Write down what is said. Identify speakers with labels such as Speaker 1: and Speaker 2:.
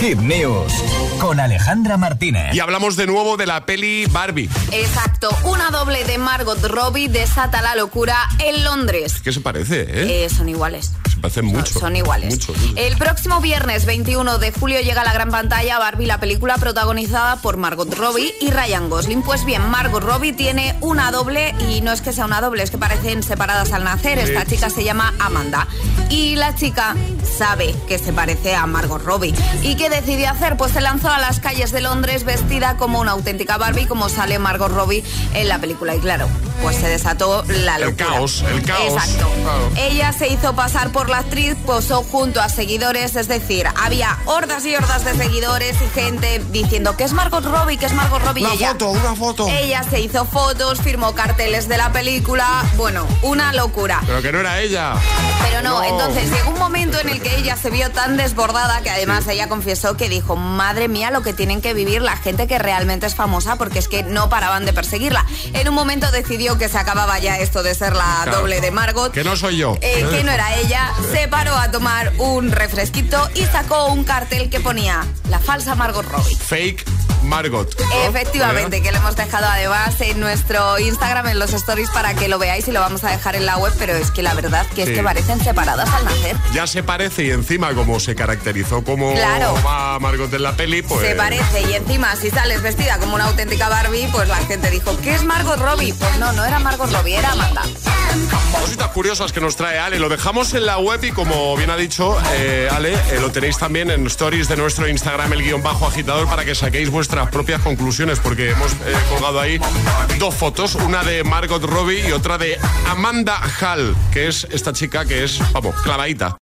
Speaker 1: Hit News con Alejandra
Speaker 2: Eh.
Speaker 1: Martínez.
Speaker 3: Y hablamos de nuevo de la peli Barbie.
Speaker 2: Exacto, una doble de Margot Robbie desata la locura en Londres.
Speaker 3: ¿Qué se parece, eh?
Speaker 2: Eh, son iguales.
Speaker 3: Se parecen
Speaker 2: Son-
Speaker 3: mucho.
Speaker 2: Son iguales. Eh,
Speaker 3: Mucho, mucho.
Speaker 2: El próximo viernes 21 de julio llega a la gran pantalla Barbie, la película protagonizada por Margot Robbie y Ryan Gosling. Pues bien, Margot Robbie tiene una doble y no es que sea una doble, es que parecen separadas al nacer. Esta chica se llama Amanda y la chica sabe que se parece a Margot Robbie. ¿Y qué decidió hacer? Pues se lanzó a las calles de Londres vestida como una auténtica Barbie, como sale Margot Robbie en la película. Y claro, pues se desató la
Speaker 3: El
Speaker 2: locura.
Speaker 3: caos, el caos.
Speaker 2: Exacto.
Speaker 3: Claro.
Speaker 2: Ella se hizo pasar por la actriz, posó junto a seguidores, es decir, había hordas y hordas de seguidores y gente diciendo que es Margot Robbie, que es Margot Robbie. y
Speaker 3: Una
Speaker 2: ella, Eh,
Speaker 3: foto, una foto.
Speaker 2: Ella se hizo fotos, firmó carteles de la película, bueno, una locura.
Speaker 3: Pero que no era ella.
Speaker 2: Pero no,
Speaker 3: No.
Speaker 2: entonces llegó un momento en el que ella se vio tan desbordada que además ella confesó que dijo, madre mía, lo que tienen que vivir la gente que realmente es famosa porque es que no paraban de perseguirla. En un momento decidió que se acababa ya esto de ser la
Speaker 3: Claro.
Speaker 2: doble de Margot.
Speaker 3: Que no soy yo.
Speaker 2: Eh, que no era ella, se paró a tomar un refresquito y sacó un cartel que ponía la falsa Margot Robbie.
Speaker 3: Fake Margot. ¿no?
Speaker 2: Efectivamente, que lo hemos dejado además en nuestro Instagram, en los stories, para que lo veáis y lo vamos a dejar en la web, pero es que la verdad que
Speaker 3: Sí.
Speaker 2: es que parecen separadas al nacer.
Speaker 3: Ya se parece y encima como se caracterizó como
Speaker 2: Claro.
Speaker 3: va Margot en la peli, pues...
Speaker 2: Se parece y encima si sales vestida como una auténtica Barbie, pues la gente dijo, ¿qué es Margot Robbie? Pues no, no era Margot Robbie, era Amanda.
Speaker 3: Cositas curiosas que nos trae Ale. Lo dejamos en la web y como bien ha dicho eh, Ale, eh, lo tenéis también en stories de nuestro Instagram, el guión bajo agitador, para que saquéis vuestras propias conclusiones, porque hemos eh, colgado ahí dos fotos, una de Margot Robbie y otra de Amanda Hall, que es esta chica que es, vamos, clavadita.